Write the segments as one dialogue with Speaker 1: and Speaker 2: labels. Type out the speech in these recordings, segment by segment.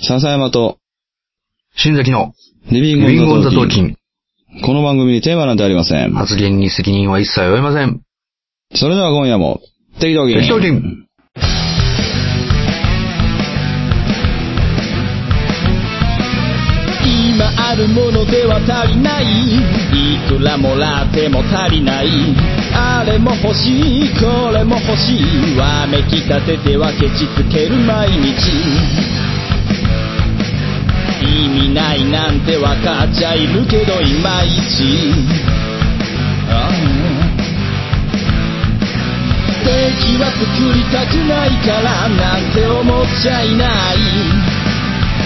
Speaker 1: 笹山と、
Speaker 2: 新崎の、
Speaker 1: リビ
Speaker 2: リ
Speaker 1: ング
Speaker 2: ビング
Speaker 1: オ
Speaker 2: オ
Speaker 1: ン
Speaker 2: ン
Speaker 1: ザ
Speaker 2: ザ
Speaker 1: トー
Speaker 2: トー
Speaker 1: キ
Speaker 2: キ
Speaker 1: ン。
Speaker 2: ン。
Speaker 1: この番組にテーマなんてありません。
Speaker 2: 発言に責任は一切負えません。
Speaker 1: それでは今夜も、適当金。
Speaker 2: 適当金。
Speaker 3: 今あるものでは足りないいくらもらっても足りないあれも欲しいこれも欲しいわめきたててはケチつける毎日意味ないなんてわかっちゃいるけどいまいちああ敵は作りたくないからなんて思っちゃいない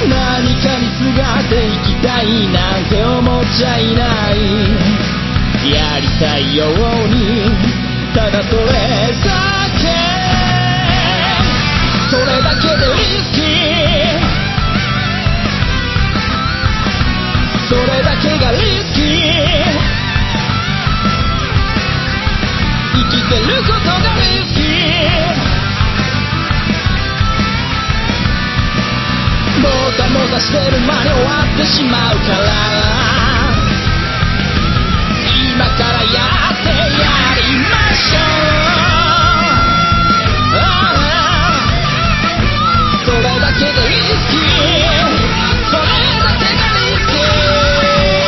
Speaker 3: 何かにすがっていきたいなんて思っちゃいないやりたいようにただそれだけそれだけでリスキーそれだけがリスキー生きてることがリスキーもたもたしてる間に終わってしまうから今からやってやりましょうああそれだけでリスキーそれだけがリスキ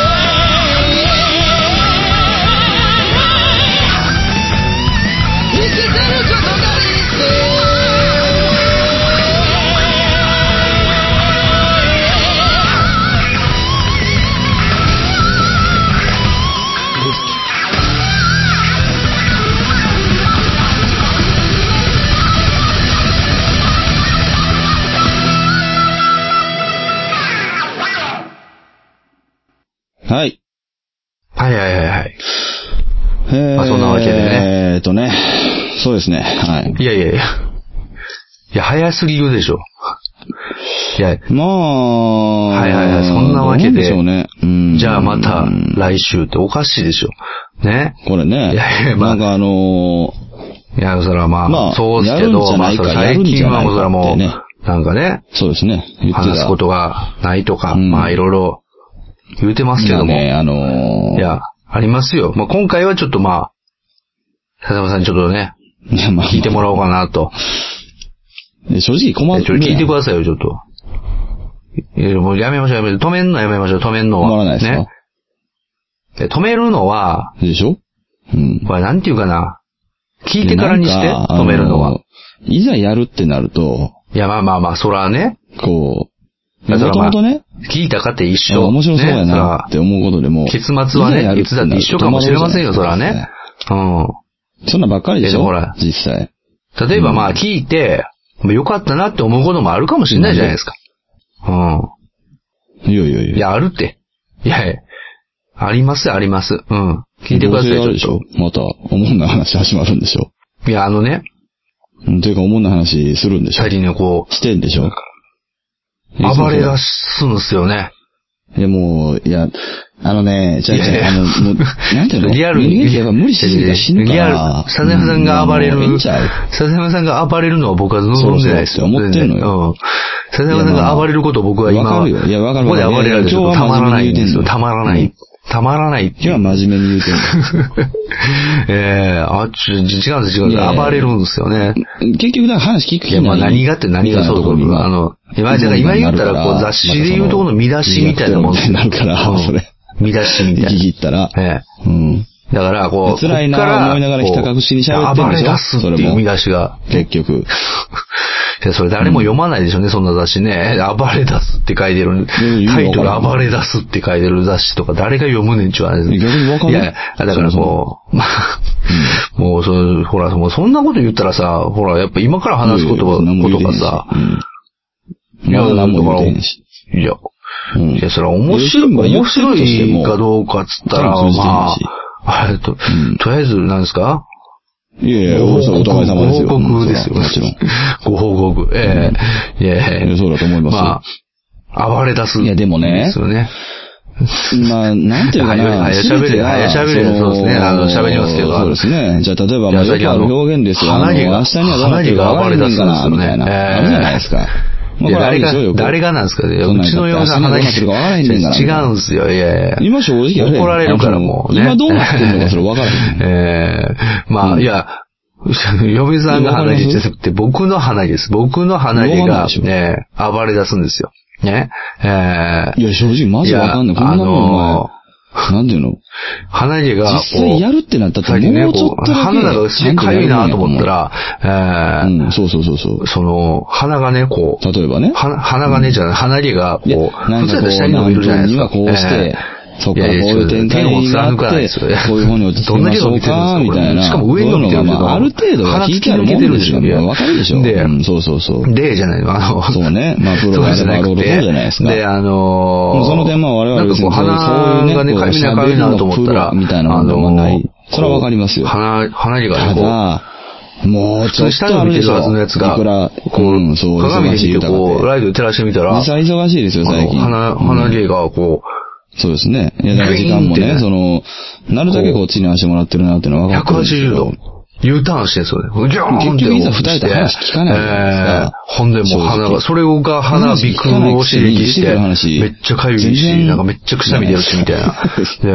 Speaker 3: ー生きてることがリスキ
Speaker 1: はい。
Speaker 2: はいはいはいはい。
Speaker 1: え
Speaker 2: まあそんなわけでね
Speaker 1: えーっとね。そうですね。はい。
Speaker 2: いやいやいや。いや、早すぎるでしょ。いや、
Speaker 1: まあ、
Speaker 2: はいはいはいそんなわけで
Speaker 1: どうしょうね。うん
Speaker 2: じゃあまた来週っておかしいでしょ。ね。
Speaker 1: これね。
Speaker 2: いやいやま
Speaker 1: な
Speaker 2: あ
Speaker 1: んかあの
Speaker 2: いや、そらまあ、
Speaker 1: まあ
Speaker 2: そうです
Speaker 1: や
Speaker 2: け
Speaker 1: るんじ
Speaker 2: ど、
Speaker 1: ゃ
Speaker 2: ま
Speaker 1: な
Speaker 2: あ、
Speaker 1: い
Speaker 2: そ
Speaker 1: か
Speaker 2: ら最近はもうそら
Speaker 1: や
Speaker 2: もう、
Speaker 1: るんじゃないか
Speaker 2: なんかね、
Speaker 1: ーそうですね。言ってた。
Speaker 2: 話すことがないとか、
Speaker 1: うん
Speaker 2: まあいろいろ言うてますけども。
Speaker 1: まあね、あのー
Speaker 2: いや、ありますよ。まあ今回はちょっとまあ、笹山さんにちょっとね、
Speaker 1: いや、まあ、
Speaker 2: 聞いてもらおうかなと。
Speaker 1: 正直困
Speaker 2: え
Speaker 1: る
Speaker 2: ちょ
Speaker 1: やん。
Speaker 2: 聞いてくださいよ、ちょっと。いやもうやめましょう、やめましょう。止めんのやめましょう、止めんのは。
Speaker 1: 困らないですか、
Speaker 2: ね。え止めるのは、
Speaker 1: でしょうん。
Speaker 2: これなんていうかな。聞いてからにして、
Speaker 1: なんか
Speaker 2: 止めるの
Speaker 1: あ
Speaker 2: は。
Speaker 1: いざやるってなると、
Speaker 2: いや、まあまあまあ、そらね。
Speaker 1: こう、
Speaker 2: だ
Speaker 1: も
Speaker 2: か
Speaker 1: と
Speaker 2: らまあ
Speaker 1: もとね、
Speaker 2: 聞いたかって一
Speaker 1: あ
Speaker 2: 緒。
Speaker 1: 面白そうや
Speaker 2: ねそ
Speaker 1: な
Speaker 2: ら
Speaker 1: って思うことでも、
Speaker 2: 結末は
Speaker 1: ざや
Speaker 2: ね、
Speaker 1: る
Speaker 2: いつだって一緒かもしれませんよ、
Speaker 1: 戸
Speaker 2: そら
Speaker 1: 惑うじゃない
Speaker 2: ね。うん。
Speaker 1: ですか。そんなんばっかりでし
Speaker 2: いや
Speaker 1: ょ
Speaker 2: ほら
Speaker 1: 実際。
Speaker 2: 例えばまあ聞いて、良かったなって思うこともあるかもしれないじゃないですか。う
Speaker 1: いやいやい
Speaker 2: ん。
Speaker 1: や。
Speaker 2: いや、あるって。いやいや、あります、あります。うん。聞いてくだ
Speaker 1: ど
Speaker 2: さい、
Speaker 1: うせあるで
Speaker 2: ち
Speaker 1: し
Speaker 2: ょ
Speaker 1: ょまた、おもんな話始まるんでしょ
Speaker 2: っと。いや、あのね、
Speaker 1: うんというか、おもんな話するんでしょ
Speaker 2: 最近ね、こ
Speaker 1: してんでしょ
Speaker 2: う、暴れ出
Speaker 1: だし
Speaker 2: すんですよね。
Speaker 1: いや、もう、いや、あのね、じゃあ、
Speaker 2: いやいや
Speaker 1: あの、 もう、なんていうの
Speaker 2: リアル
Speaker 1: 人間ってやっぱ無理しすぎたら死ぬか
Speaker 2: リアル
Speaker 1: ら。、
Speaker 2: 笹山さんが暴れ
Speaker 1: うんもういい
Speaker 2: る、
Speaker 1: んちゃう
Speaker 2: 笹山さんが暴れるのは僕は望んでないですよ。
Speaker 1: そうそうそう思ってんのよ
Speaker 2: 全然うん。笹山さんが暴れることを僕は今、
Speaker 1: わかるよいやわかるわかる
Speaker 2: ここで暴れられるとたまらないんですよ。
Speaker 1: いや今日
Speaker 2: た
Speaker 1: は
Speaker 2: まらな
Speaker 1: 真面目に言うてんの
Speaker 2: い。たまらないっ
Speaker 1: 今
Speaker 2: ていう
Speaker 1: 日は真面目に言うてる。
Speaker 2: ええあ、ちょ、違うんです、違うんです。
Speaker 1: いやいや
Speaker 2: 暴れるんですよね。
Speaker 1: 結局、だから話聞く
Speaker 2: い
Speaker 1: 気
Speaker 2: や、ま
Speaker 1: な
Speaker 2: あ
Speaker 1: い。
Speaker 2: 何がって何がそうそう。あの、今、じゃあ今言ったら、こう雑誌で言うとこの見出しみたいなもん
Speaker 1: みたいになるから、
Speaker 2: うん
Speaker 1: それ。
Speaker 2: 見出しみ
Speaker 1: 生
Speaker 2: た
Speaker 1: き
Speaker 2: い
Speaker 1: 切ったら。
Speaker 2: な。え
Speaker 1: うん。
Speaker 2: え。だから、こう、
Speaker 1: 辛いな
Speaker 2: こっから
Speaker 1: 思いながらひた隠しに喋ってるんでしょ
Speaker 2: こう暴れ出すっていう見出しが。
Speaker 1: 結局。
Speaker 2: いや、それ誰も読まないでしょうね、そんな雑誌ね。暴れ出すって書いてる。
Speaker 1: 意味わ
Speaker 2: タイトル
Speaker 1: からん
Speaker 2: 暴れ出すって書いてる雑誌とか誰が読むねんちゅう話です。
Speaker 1: 逆にわかる
Speaker 2: いや、だからこう、 まあ、もう、そう、ほら、もうそんなこと言ったらさ、ほら、やっぱ今から話すこと
Speaker 1: いやいやそんなもん言
Speaker 2: と
Speaker 1: うて
Speaker 2: か
Speaker 1: へんし
Speaker 2: さ、
Speaker 1: うん。まだ何も言うてへんし。
Speaker 2: いや、
Speaker 1: うん
Speaker 2: いや、それは面白い、
Speaker 1: いや
Speaker 2: 面
Speaker 1: それは
Speaker 2: 白
Speaker 1: 言ってるとしても
Speaker 2: いかどうかっつったら、
Speaker 1: 多分通じてない
Speaker 2: ま
Speaker 1: し
Speaker 2: あ、えっと、とりあえず、なんですか
Speaker 1: いやいや、
Speaker 2: ご
Speaker 1: お互
Speaker 2: 報告
Speaker 1: い様ですよ。
Speaker 2: ご報告ですよ。
Speaker 1: もちろん。い
Speaker 2: ご報告。ええ、いやい
Speaker 1: や
Speaker 2: や
Speaker 1: そうだと思いますよ。
Speaker 2: まあ、暴れ出す。
Speaker 1: いやでもね
Speaker 2: ですよね。
Speaker 1: まあ、なんていうかな。
Speaker 2: 早喋り
Speaker 1: 全てが
Speaker 2: 早喋り
Speaker 1: の
Speaker 2: そうですねあの喋りますけど
Speaker 1: そうですね。じゃあ、例えば、
Speaker 2: いや
Speaker 1: まあ、よ
Speaker 2: 最近
Speaker 1: くある表現ですよ。
Speaker 2: あの
Speaker 1: あの、
Speaker 2: 花毛が
Speaker 1: 明日にはどうなってるか分かりにんかな、
Speaker 2: 花毛が暴れ出すん
Speaker 1: み
Speaker 2: ですよね
Speaker 1: たいな。
Speaker 2: えー
Speaker 1: あるじゃないですか。まあ
Speaker 2: いや、
Speaker 1: これあ
Speaker 2: 誰
Speaker 1: れでしょ
Speaker 2: が、
Speaker 1: よく
Speaker 2: 誰がなんですかね。いや
Speaker 1: そん
Speaker 2: う
Speaker 1: な
Speaker 2: ちの嫁さん
Speaker 1: だって
Speaker 2: 話
Speaker 1: 足のどうなってるか分からへんねんから
Speaker 2: 違うんですよ、いやいや。
Speaker 1: 今正直あれ
Speaker 2: 怒られるからもうね。
Speaker 1: あの今どうなってんのかそれ分からへ
Speaker 2: ええまあ、いや、嫁さんが鼻毛じゃなくて、僕の鼻毛です。僕の鼻毛
Speaker 1: どうなん
Speaker 2: が
Speaker 1: でしょ、う
Speaker 2: ね、暴れ出すんですよ。ね。ええ
Speaker 1: いや、正直マジわかんない。
Speaker 2: いや
Speaker 1: こんなもん、
Speaker 2: あ
Speaker 1: お前。なんていうの
Speaker 2: 鼻毛がこう、
Speaker 1: 実際やるってなったって、
Speaker 2: 最近ね、
Speaker 1: もうちょ
Speaker 2: こ
Speaker 1: っ
Speaker 2: う、
Speaker 1: とだけ。
Speaker 2: 鼻がすげえかゆいなと思った。ら、え
Speaker 1: う
Speaker 2: え
Speaker 1: ん、そうそうそうそう。
Speaker 2: その、鼻がね、こう、
Speaker 1: 例えばね。
Speaker 2: は鼻がね、じゃない、鼻毛が、こう、
Speaker 1: いや、なん
Speaker 2: 普通
Speaker 1: か
Speaker 2: や
Speaker 1: こ
Speaker 2: ったら下
Speaker 1: う、
Speaker 2: に伸
Speaker 1: 何
Speaker 2: びるじゃない
Speaker 1: 分
Speaker 2: で
Speaker 1: に
Speaker 2: すか。
Speaker 1: はこうして
Speaker 2: え、
Speaker 1: そこからこういう展開になっ
Speaker 2: いやいや手を貫かない
Speaker 1: て、
Speaker 2: ですよいや
Speaker 1: こういう方に落ち着きましょうか、みたいな。
Speaker 2: しかも上に伸びてる
Speaker 1: そういう
Speaker 2: けど
Speaker 1: のがまあある程度は聞いてあるもんですよ。
Speaker 2: 鼻突き抜けてるでし
Speaker 1: ま
Speaker 2: ょ
Speaker 1: あわかるでしょ。
Speaker 2: で
Speaker 1: うんそうそうそう。
Speaker 2: えで、じゃないの、あの、
Speaker 1: そうね。まあ、プロがあればあるほどそうじゃないですか。
Speaker 2: で、あの
Speaker 1: も
Speaker 2: ー、
Speaker 1: うその点、まあ、我々は
Speaker 2: なん
Speaker 1: 別
Speaker 2: かこ
Speaker 1: にそうそういう
Speaker 2: う、鼻がね、
Speaker 1: ね、こう、
Speaker 2: 髪が
Speaker 1: 喋
Speaker 2: か
Speaker 1: る
Speaker 2: ゆいな
Speaker 1: の
Speaker 2: と思っ
Speaker 1: プ
Speaker 2: たら、
Speaker 1: ロみたいなものはない。それはわかりますよ。
Speaker 2: 鼻、鼻毛が
Speaker 1: た
Speaker 2: ね、こう、
Speaker 1: だ、もうちょっとあるでしょ。
Speaker 2: 下に見てるはずのやつが
Speaker 1: いくら、
Speaker 2: こう、
Speaker 1: うん、そう、
Speaker 2: 鏡
Speaker 1: 忙
Speaker 2: で
Speaker 1: しい
Speaker 2: 見て、
Speaker 1: 豊
Speaker 2: こ
Speaker 1: か
Speaker 2: う、
Speaker 1: で。
Speaker 2: ライト照らしてみたら、
Speaker 1: 実際忙しいですよ、
Speaker 2: あ
Speaker 1: 最
Speaker 2: の
Speaker 1: 近。
Speaker 2: 鼻、鼻毛がこ
Speaker 1: そうですね。いや、だから時間も
Speaker 2: グイ
Speaker 1: ね、
Speaker 2: ーンってね
Speaker 1: その、なるだけこっちに足もらってるなっていうの
Speaker 2: う、
Speaker 1: は分かってるんですけ
Speaker 2: 180
Speaker 1: ど。
Speaker 2: 度。U ターンしてるんですよね。ギャーンっ
Speaker 1: 結
Speaker 2: て
Speaker 1: 局いざ
Speaker 2: こう
Speaker 1: 二人で話聞かないじゃないですか
Speaker 2: えーほんでもう鼻
Speaker 1: 正直
Speaker 2: が、それが鼻
Speaker 1: 話
Speaker 2: び
Speaker 1: 聞
Speaker 2: く
Speaker 1: かない
Speaker 2: を
Speaker 1: くせ
Speaker 2: 刺
Speaker 1: に
Speaker 2: 激
Speaker 1: し
Speaker 2: して、
Speaker 1: てくる話
Speaker 2: めっちゃかゆい
Speaker 1: 全
Speaker 2: し、
Speaker 1: 然
Speaker 2: なんかめっちゃくしゃみ出るし、みたいな。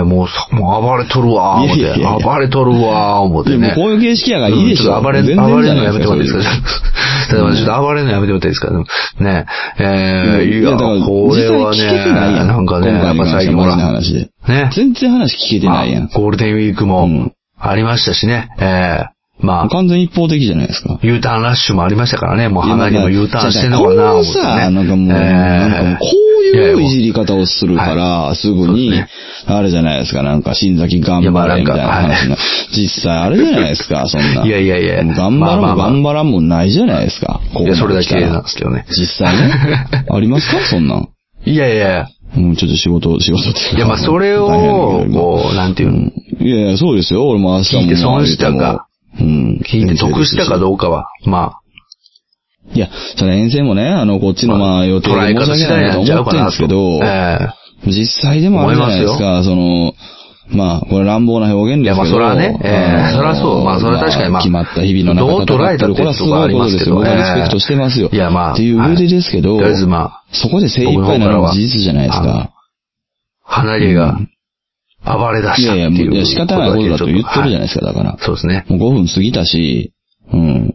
Speaker 2: で、もうそ、もう暴れとるわー、思っ
Speaker 1: いやいやいや
Speaker 2: て。暴れとるわー、思って
Speaker 1: でも
Speaker 2: ね。
Speaker 1: こういう形式やからいいでし
Speaker 2: うんちょ
Speaker 1: ょ。
Speaker 2: っと暴れ、
Speaker 1: 全然
Speaker 2: 暴れ
Speaker 1: じ
Speaker 2: る
Speaker 1: ゃ
Speaker 2: の
Speaker 1: な
Speaker 2: やめてもらっていいです
Speaker 1: そ
Speaker 2: か
Speaker 1: れ
Speaker 2: ちょっとちょっと暴れるのやめてもらっていいですかねえ、えー、い
Speaker 1: いや
Speaker 2: や、
Speaker 1: だから
Speaker 2: これは
Speaker 1: 実際聞けてないや
Speaker 2: ね、
Speaker 1: ん
Speaker 2: なんかね、
Speaker 1: 今
Speaker 2: や
Speaker 1: 回
Speaker 2: っ
Speaker 1: に
Speaker 2: ぱ
Speaker 1: 関して
Speaker 2: 最近
Speaker 1: はマ
Speaker 2: ほら、
Speaker 1: ジな話で
Speaker 2: ね。
Speaker 1: 全然話聞けてないやん
Speaker 2: あ。ゴールデンウィークも
Speaker 1: うん
Speaker 2: ありましたしね。ええまあ、
Speaker 1: 完全に一方的じゃないですか。
Speaker 2: U ターンラッシュもありましたからね。もう花にも U ターンしてんのかな、
Speaker 1: こ
Speaker 2: 思
Speaker 1: う
Speaker 2: っ
Speaker 1: いう
Speaker 2: て
Speaker 1: さ、
Speaker 2: ね。
Speaker 1: なんかもう、なんかもうこういういじり方をするから、すぐに、
Speaker 2: そうですね
Speaker 1: あれじゃないですか、なんか、新崎頑張れみたいな話
Speaker 2: いやまあなん
Speaker 1: が、実際あれじゃないですか、そんな。
Speaker 2: いやいやいや
Speaker 1: もう頑張らん
Speaker 2: まあまあ
Speaker 1: も
Speaker 2: まあ
Speaker 1: 頑張らんもないじゃないですか、こ
Speaker 2: いうや、
Speaker 1: な
Speaker 2: それだ
Speaker 1: ってきた
Speaker 2: け
Speaker 1: ら
Speaker 2: なんですけどね。
Speaker 1: 実際 ね。ありますかそんなん。
Speaker 2: いやいやい
Speaker 1: うん、ちょっと仕事、仕事っていう
Speaker 2: や。
Speaker 1: か
Speaker 2: いや、まあ、それを、
Speaker 1: 大変やけど今
Speaker 2: こう、なんていう
Speaker 1: う
Speaker 2: の、
Speaker 1: んいやいや、そうですよ。俺も明日も。
Speaker 2: 聞いて損したか
Speaker 1: うん。
Speaker 2: 聞いて得したかどうかは、ま
Speaker 1: いや、その遠征もね、あの、こっち
Speaker 2: あ、
Speaker 1: のまあ予定
Speaker 2: 捉え
Speaker 1: で申
Speaker 2: 方
Speaker 1: し
Speaker 2: 次
Speaker 1: 訳
Speaker 2: 第
Speaker 1: ないな
Speaker 2: な
Speaker 1: と
Speaker 2: んちゃ
Speaker 1: 思
Speaker 2: う
Speaker 1: っ
Speaker 2: か
Speaker 1: てるん
Speaker 2: な
Speaker 1: で
Speaker 2: と
Speaker 1: すけど、
Speaker 2: え
Speaker 1: 実際でもあるじゃないですか、その、まあ、これ乱暴な表現ですけど。
Speaker 2: いやまあそれはねええ
Speaker 1: あの
Speaker 2: それはそうまあそれは確かにまあ
Speaker 1: 決まった日々の中
Speaker 2: どう捉えたって
Speaker 1: これはすごいことですよ。
Speaker 2: とこ
Speaker 1: 僕
Speaker 2: ろはあ
Speaker 1: は
Speaker 2: り
Speaker 1: リ
Speaker 2: ま
Speaker 1: スペク
Speaker 2: すけど
Speaker 1: トしてますよ。
Speaker 2: えいやまあ
Speaker 1: っていう上でですけ
Speaker 2: え
Speaker 1: ど
Speaker 2: と、りあえずまあ、
Speaker 1: そこで精一杯なのは事実じゃないですか。
Speaker 2: 花毛が暴れ出
Speaker 1: い
Speaker 2: したっ
Speaker 1: や
Speaker 2: て
Speaker 1: い
Speaker 2: い
Speaker 1: や、
Speaker 2: う。
Speaker 1: もういや仕方ないことだと言ってるじゃない
Speaker 2: い
Speaker 1: ですか、だから。
Speaker 2: そうですね。
Speaker 1: もう5分過ぎたし、うん。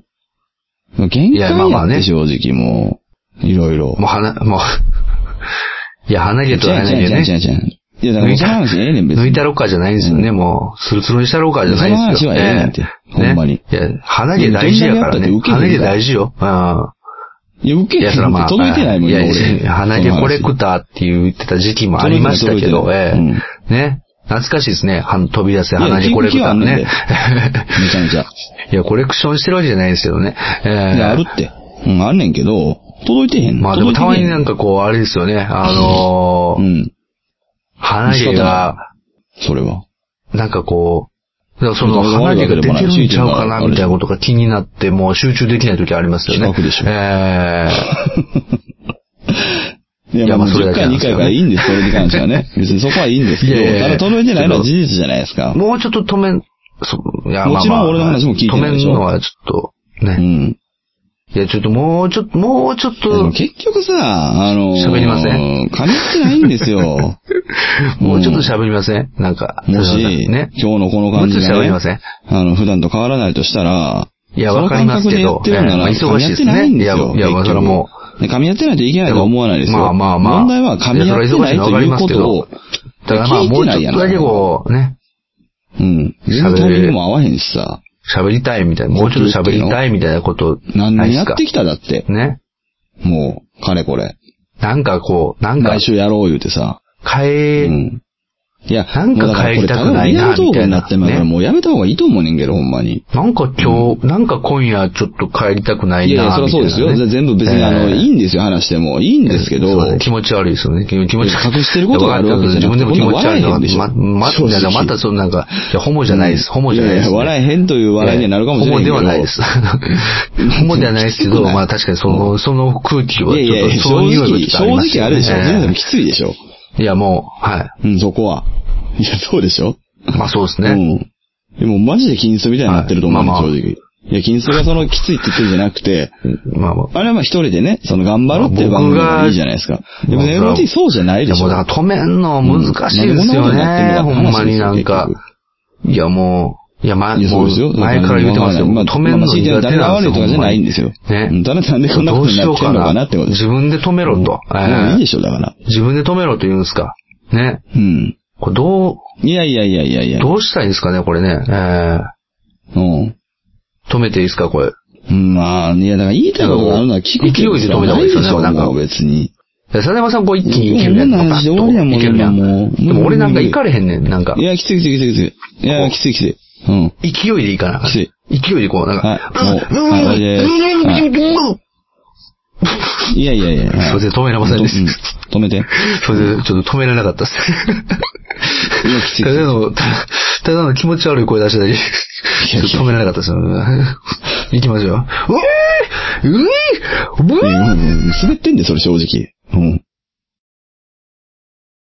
Speaker 1: 限界
Speaker 2: いやまあま
Speaker 1: や
Speaker 2: あ
Speaker 1: って
Speaker 2: ね
Speaker 1: 正直もう、いろいろ。
Speaker 2: もう花、もう いや、花毛と花毛ね。
Speaker 1: 違う違う違う違う違う。いや、だからその話ええねん別
Speaker 2: 抜
Speaker 1: に。
Speaker 2: いたろかじゃないんですよね、もう。スルスルにしたろかじゃないんですよ。
Speaker 1: その話はええねんてほんまに
Speaker 2: ねいや、鼻毛大事やからね。
Speaker 1: どんだけやったって
Speaker 2: 鼻
Speaker 1: 受けへん
Speaker 2: 毛
Speaker 1: から
Speaker 2: 大事よ。うん。
Speaker 1: いや、受け
Speaker 2: い
Speaker 1: へん
Speaker 2: や、
Speaker 1: って
Speaker 2: それはまあ。
Speaker 1: 届いてないもん、
Speaker 2: い
Speaker 1: 今
Speaker 2: や
Speaker 1: 俺。
Speaker 2: や、鼻毛コレクターって言ってた時期もありましたけど、
Speaker 1: 届いて
Speaker 2: え
Speaker 1: ない届いてない
Speaker 2: え。ね。懐かしいですね。は飛び出せ鼻
Speaker 1: い
Speaker 2: 毛
Speaker 1: や
Speaker 2: コレクター
Speaker 1: 聞
Speaker 2: ね
Speaker 1: く。めちゃめちゃ。
Speaker 2: いや、コレクションしてるわけじゃないですけどね。え
Speaker 1: いや、あ
Speaker 2: え。
Speaker 1: るって。うん、あんねんけど、届いてへん。
Speaker 2: まあでもたまになん
Speaker 1: か、
Speaker 2: かこう、あれですよね。あの
Speaker 1: う
Speaker 2: ー、
Speaker 1: ん。
Speaker 2: 鼻毛が、
Speaker 1: それは。
Speaker 2: なんかこう、だからその鼻毛が出てるんちゃうかなみたいなことが気になって、もう集中できない時ありますよね。
Speaker 1: 近くでしょ
Speaker 2: え
Speaker 1: いや、
Speaker 2: いや
Speaker 1: まあ、
Speaker 2: まあそれ
Speaker 1: 10
Speaker 2: だけ
Speaker 1: 回、
Speaker 2: な
Speaker 1: 2
Speaker 2: んです
Speaker 1: 回か
Speaker 2: よね
Speaker 1: らいいんです、それに関しては ね。別にそこはいいんですけ
Speaker 2: いやい
Speaker 1: ど、
Speaker 2: やいや
Speaker 1: ただ届いてないのは事実じゃないですか
Speaker 2: ー、。もうちょっと止めん、そいや
Speaker 1: もちろん俺の話も聞いてないでしょ
Speaker 2: 止めんのはちょっと、
Speaker 1: う
Speaker 2: ね。
Speaker 1: ん。
Speaker 2: いや、ちょっともうちょっと、もうちょっ
Speaker 1: で
Speaker 2: と
Speaker 1: も、結局さ、あのー、
Speaker 2: 喋りませ
Speaker 1: 噛み合
Speaker 2: ん
Speaker 1: ってないんです よ。
Speaker 2: もうちょっと喋りませんなんか、
Speaker 1: もし、
Speaker 2: ね。
Speaker 1: 今日のこの
Speaker 2: もう
Speaker 1: 感
Speaker 2: ち
Speaker 1: じ
Speaker 2: ょっと
Speaker 1: が、
Speaker 2: 喋り
Speaker 1: ね
Speaker 2: ま、せん
Speaker 1: あの、普段と変わらないとしたら、
Speaker 2: いや
Speaker 1: その
Speaker 2: わかりますけど
Speaker 1: 感覚でやってるなら、
Speaker 2: ええまあ忙しいですね
Speaker 1: 噛み合ってないんですよ
Speaker 2: いやいや
Speaker 1: 結局
Speaker 2: それはも
Speaker 1: ね噛み合ってないといけないとは思わないですよ。
Speaker 2: まあまあまあ。
Speaker 1: 問題は噛み合ってないということを、
Speaker 2: ただまあ、
Speaker 1: 聞い
Speaker 2: も
Speaker 1: て
Speaker 2: うち
Speaker 1: ない
Speaker 2: ょ
Speaker 1: や
Speaker 2: っ
Speaker 1: ん
Speaker 2: とだけこう、ね、
Speaker 1: うん。全然タイミングも合わへんしさ。
Speaker 2: 喋りたいみたいな、もうちょっと喋りたいみたいなこと、
Speaker 1: 何
Speaker 2: ない
Speaker 1: 年
Speaker 2: で
Speaker 1: や
Speaker 2: す
Speaker 1: っ
Speaker 2: か
Speaker 1: てきただって。
Speaker 2: ね。
Speaker 1: もう、かれこれ。
Speaker 2: なんかこう、なんか
Speaker 1: 毎、週やろう言うてさ。
Speaker 2: 変
Speaker 1: う
Speaker 2: え、
Speaker 1: ん。いや、
Speaker 2: なんか
Speaker 1: もうだら
Speaker 2: 帰りたくないな
Speaker 1: これただのリアルトークになってまうから、
Speaker 2: みたいなね
Speaker 1: もうやめた方がいいと思うねんけど、ほんまに。
Speaker 2: なんか今日、なんか今夜ちょっと帰りたくないな、
Speaker 1: いやいや、そりゃそうですよ。
Speaker 2: みたいなね
Speaker 1: 全部別に、あの、
Speaker 2: ええ
Speaker 1: いいんですよ、話しても。いいんですけど
Speaker 2: そう、ね気持ち悪いですよね。気持ち悪い。
Speaker 1: 隠してることがあるわけじゃなくて
Speaker 2: 自分でも気持ち悪い
Speaker 1: こんなん
Speaker 2: な。
Speaker 1: 笑えへんでしょ
Speaker 2: ま、ま、
Speaker 1: 正直
Speaker 2: いやまたそのなんか、いや、ホモじゃないです。ホモじゃないです、
Speaker 1: やや笑えへんという笑いにはなるかもしれないけど。
Speaker 2: ホモではないです。 ホモではないですけど、まあ確かにその、その空気は、
Speaker 1: いやいや、
Speaker 2: ちょっと、そ
Speaker 1: 正
Speaker 2: の匂い
Speaker 1: 直、
Speaker 2: はちょっとあ
Speaker 1: 正
Speaker 2: りました
Speaker 1: 直あれ
Speaker 2: よね
Speaker 1: でしょ。全然きついでしょ。
Speaker 2: いや、もう、は
Speaker 1: うん、そこは。 いや、そうでしょ。
Speaker 2: い。まあそうです
Speaker 1: う
Speaker 2: ね。
Speaker 1: ん。でも、マジで金スみたいになってると思うね、
Speaker 2: はいまあまあ
Speaker 1: 正直。いや、金スがそのきついって言ってるんじゃなくて、
Speaker 2: まあまあ。
Speaker 1: あれはまあ一人でね、その頑張ろうっていう
Speaker 2: まあ
Speaker 1: 番
Speaker 2: 僕
Speaker 1: 組
Speaker 2: が
Speaker 1: がいいじゃないですか。でもね、
Speaker 2: まあ
Speaker 1: MT そうじゃない
Speaker 2: い
Speaker 1: で
Speaker 2: や
Speaker 1: し
Speaker 2: も
Speaker 1: ょ。
Speaker 2: うだから止めんの難しいですよね。
Speaker 1: うん
Speaker 2: ほんまになんか。いやもう、いや、ま、
Speaker 1: いや、そう
Speaker 2: も
Speaker 1: ですよ。
Speaker 2: う前から言ってますよ。
Speaker 1: まあ、
Speaker 2: 止めん
Speaker 1: ま
Speaker 2: の
Speaker 1: あ強いて言う
Speaker 2: 苦
Speaker 1: と
Speaker 2: 手
Speaker 1: 誰が
Speaker 2: なん
Speaker 1: 悪
Speaker 2: で
Speaker 1: い
Speaker 2: す
Speaker 1: と
Speaker 2: よ。
Speaker 1: かじゃないんですよ。うんただなんでこんなことになってんのかなってことです
Speaker 2: 自分で止めろと。ええ
Speaker 1: もういいでしょ、だから。
Speaker 2: 自分で止めろと言うんですか。ね。
Speaker 1: うん。
Speaker 2: これど、
Speaker 1: いやいやいやいやいうや。
Speaker 2: どうしたいんですかね、これね。え
Speaker 1: うん。
Speaker 2: え止めていいですか、これ。
Speaker 1: うんまあ、いや、だから言いたいことがあるのは聞くけど
Speaker 2: 勢いで止めた方がいいですよね
Speaker 1: そんな
Speaker 2: なんか
Speaker 1: もう別に。
Speaker 2: え佐山さんこう一気にいける
Speaker 1: 俺
Speaker 2: やん。
Speaker 1: の
Speaker 2: パ
Speaker 1: 話で
Speaker 2: ッ
Speaker 1: 終
Speaker 2: と
Speaker 1: わりやもん、
Speaker 2: いけるやん。
Speaker 1: 今もう。
Speaker 2: でも俺なんか行かれへんねん、なんか
Speaker 1: い。や、きついきついきついきつい。いや、きついきつい。うん。
Speaker 2: 勢いでいいかな。
Speaker 1: きつい
Speaker 2: 勢いでこう、なん
Speaker 1: はい
Speaker 2: か、うん
Speaker 1: もうはい終わりです
Speaker 2: うん
Speaker 1: いやいやいや。はい
Speaker 2: それで止められませんでし
Speaker 1: うん止めて。
Speaker 2: それで、ちょっと止められなかったっす。
Speaker 1: いや、きついき
Speaker 2: た
Speaker 1: つい。
Speaker 2: だの、ただただの気持ち悪い声出しただけ。ちょっと止められなかったっすよ。行きましょう。うえーうえーう
Speaker 1: うん
Speaker 2: えー
Speaker 1: うんうん滑ってんで、それ正直。うん。